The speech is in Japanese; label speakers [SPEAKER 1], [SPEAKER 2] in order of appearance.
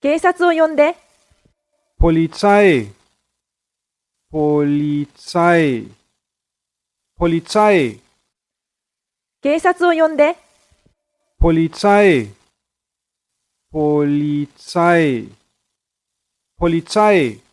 [SPEAKER 1] 警察を呼んで、
[SPEAKER 2] Polizei, Polizei, Polizei,
[SPEAKER 1] 警察を呼んで、
[SPEAKER 2] Polizei, Polizei, Polizei.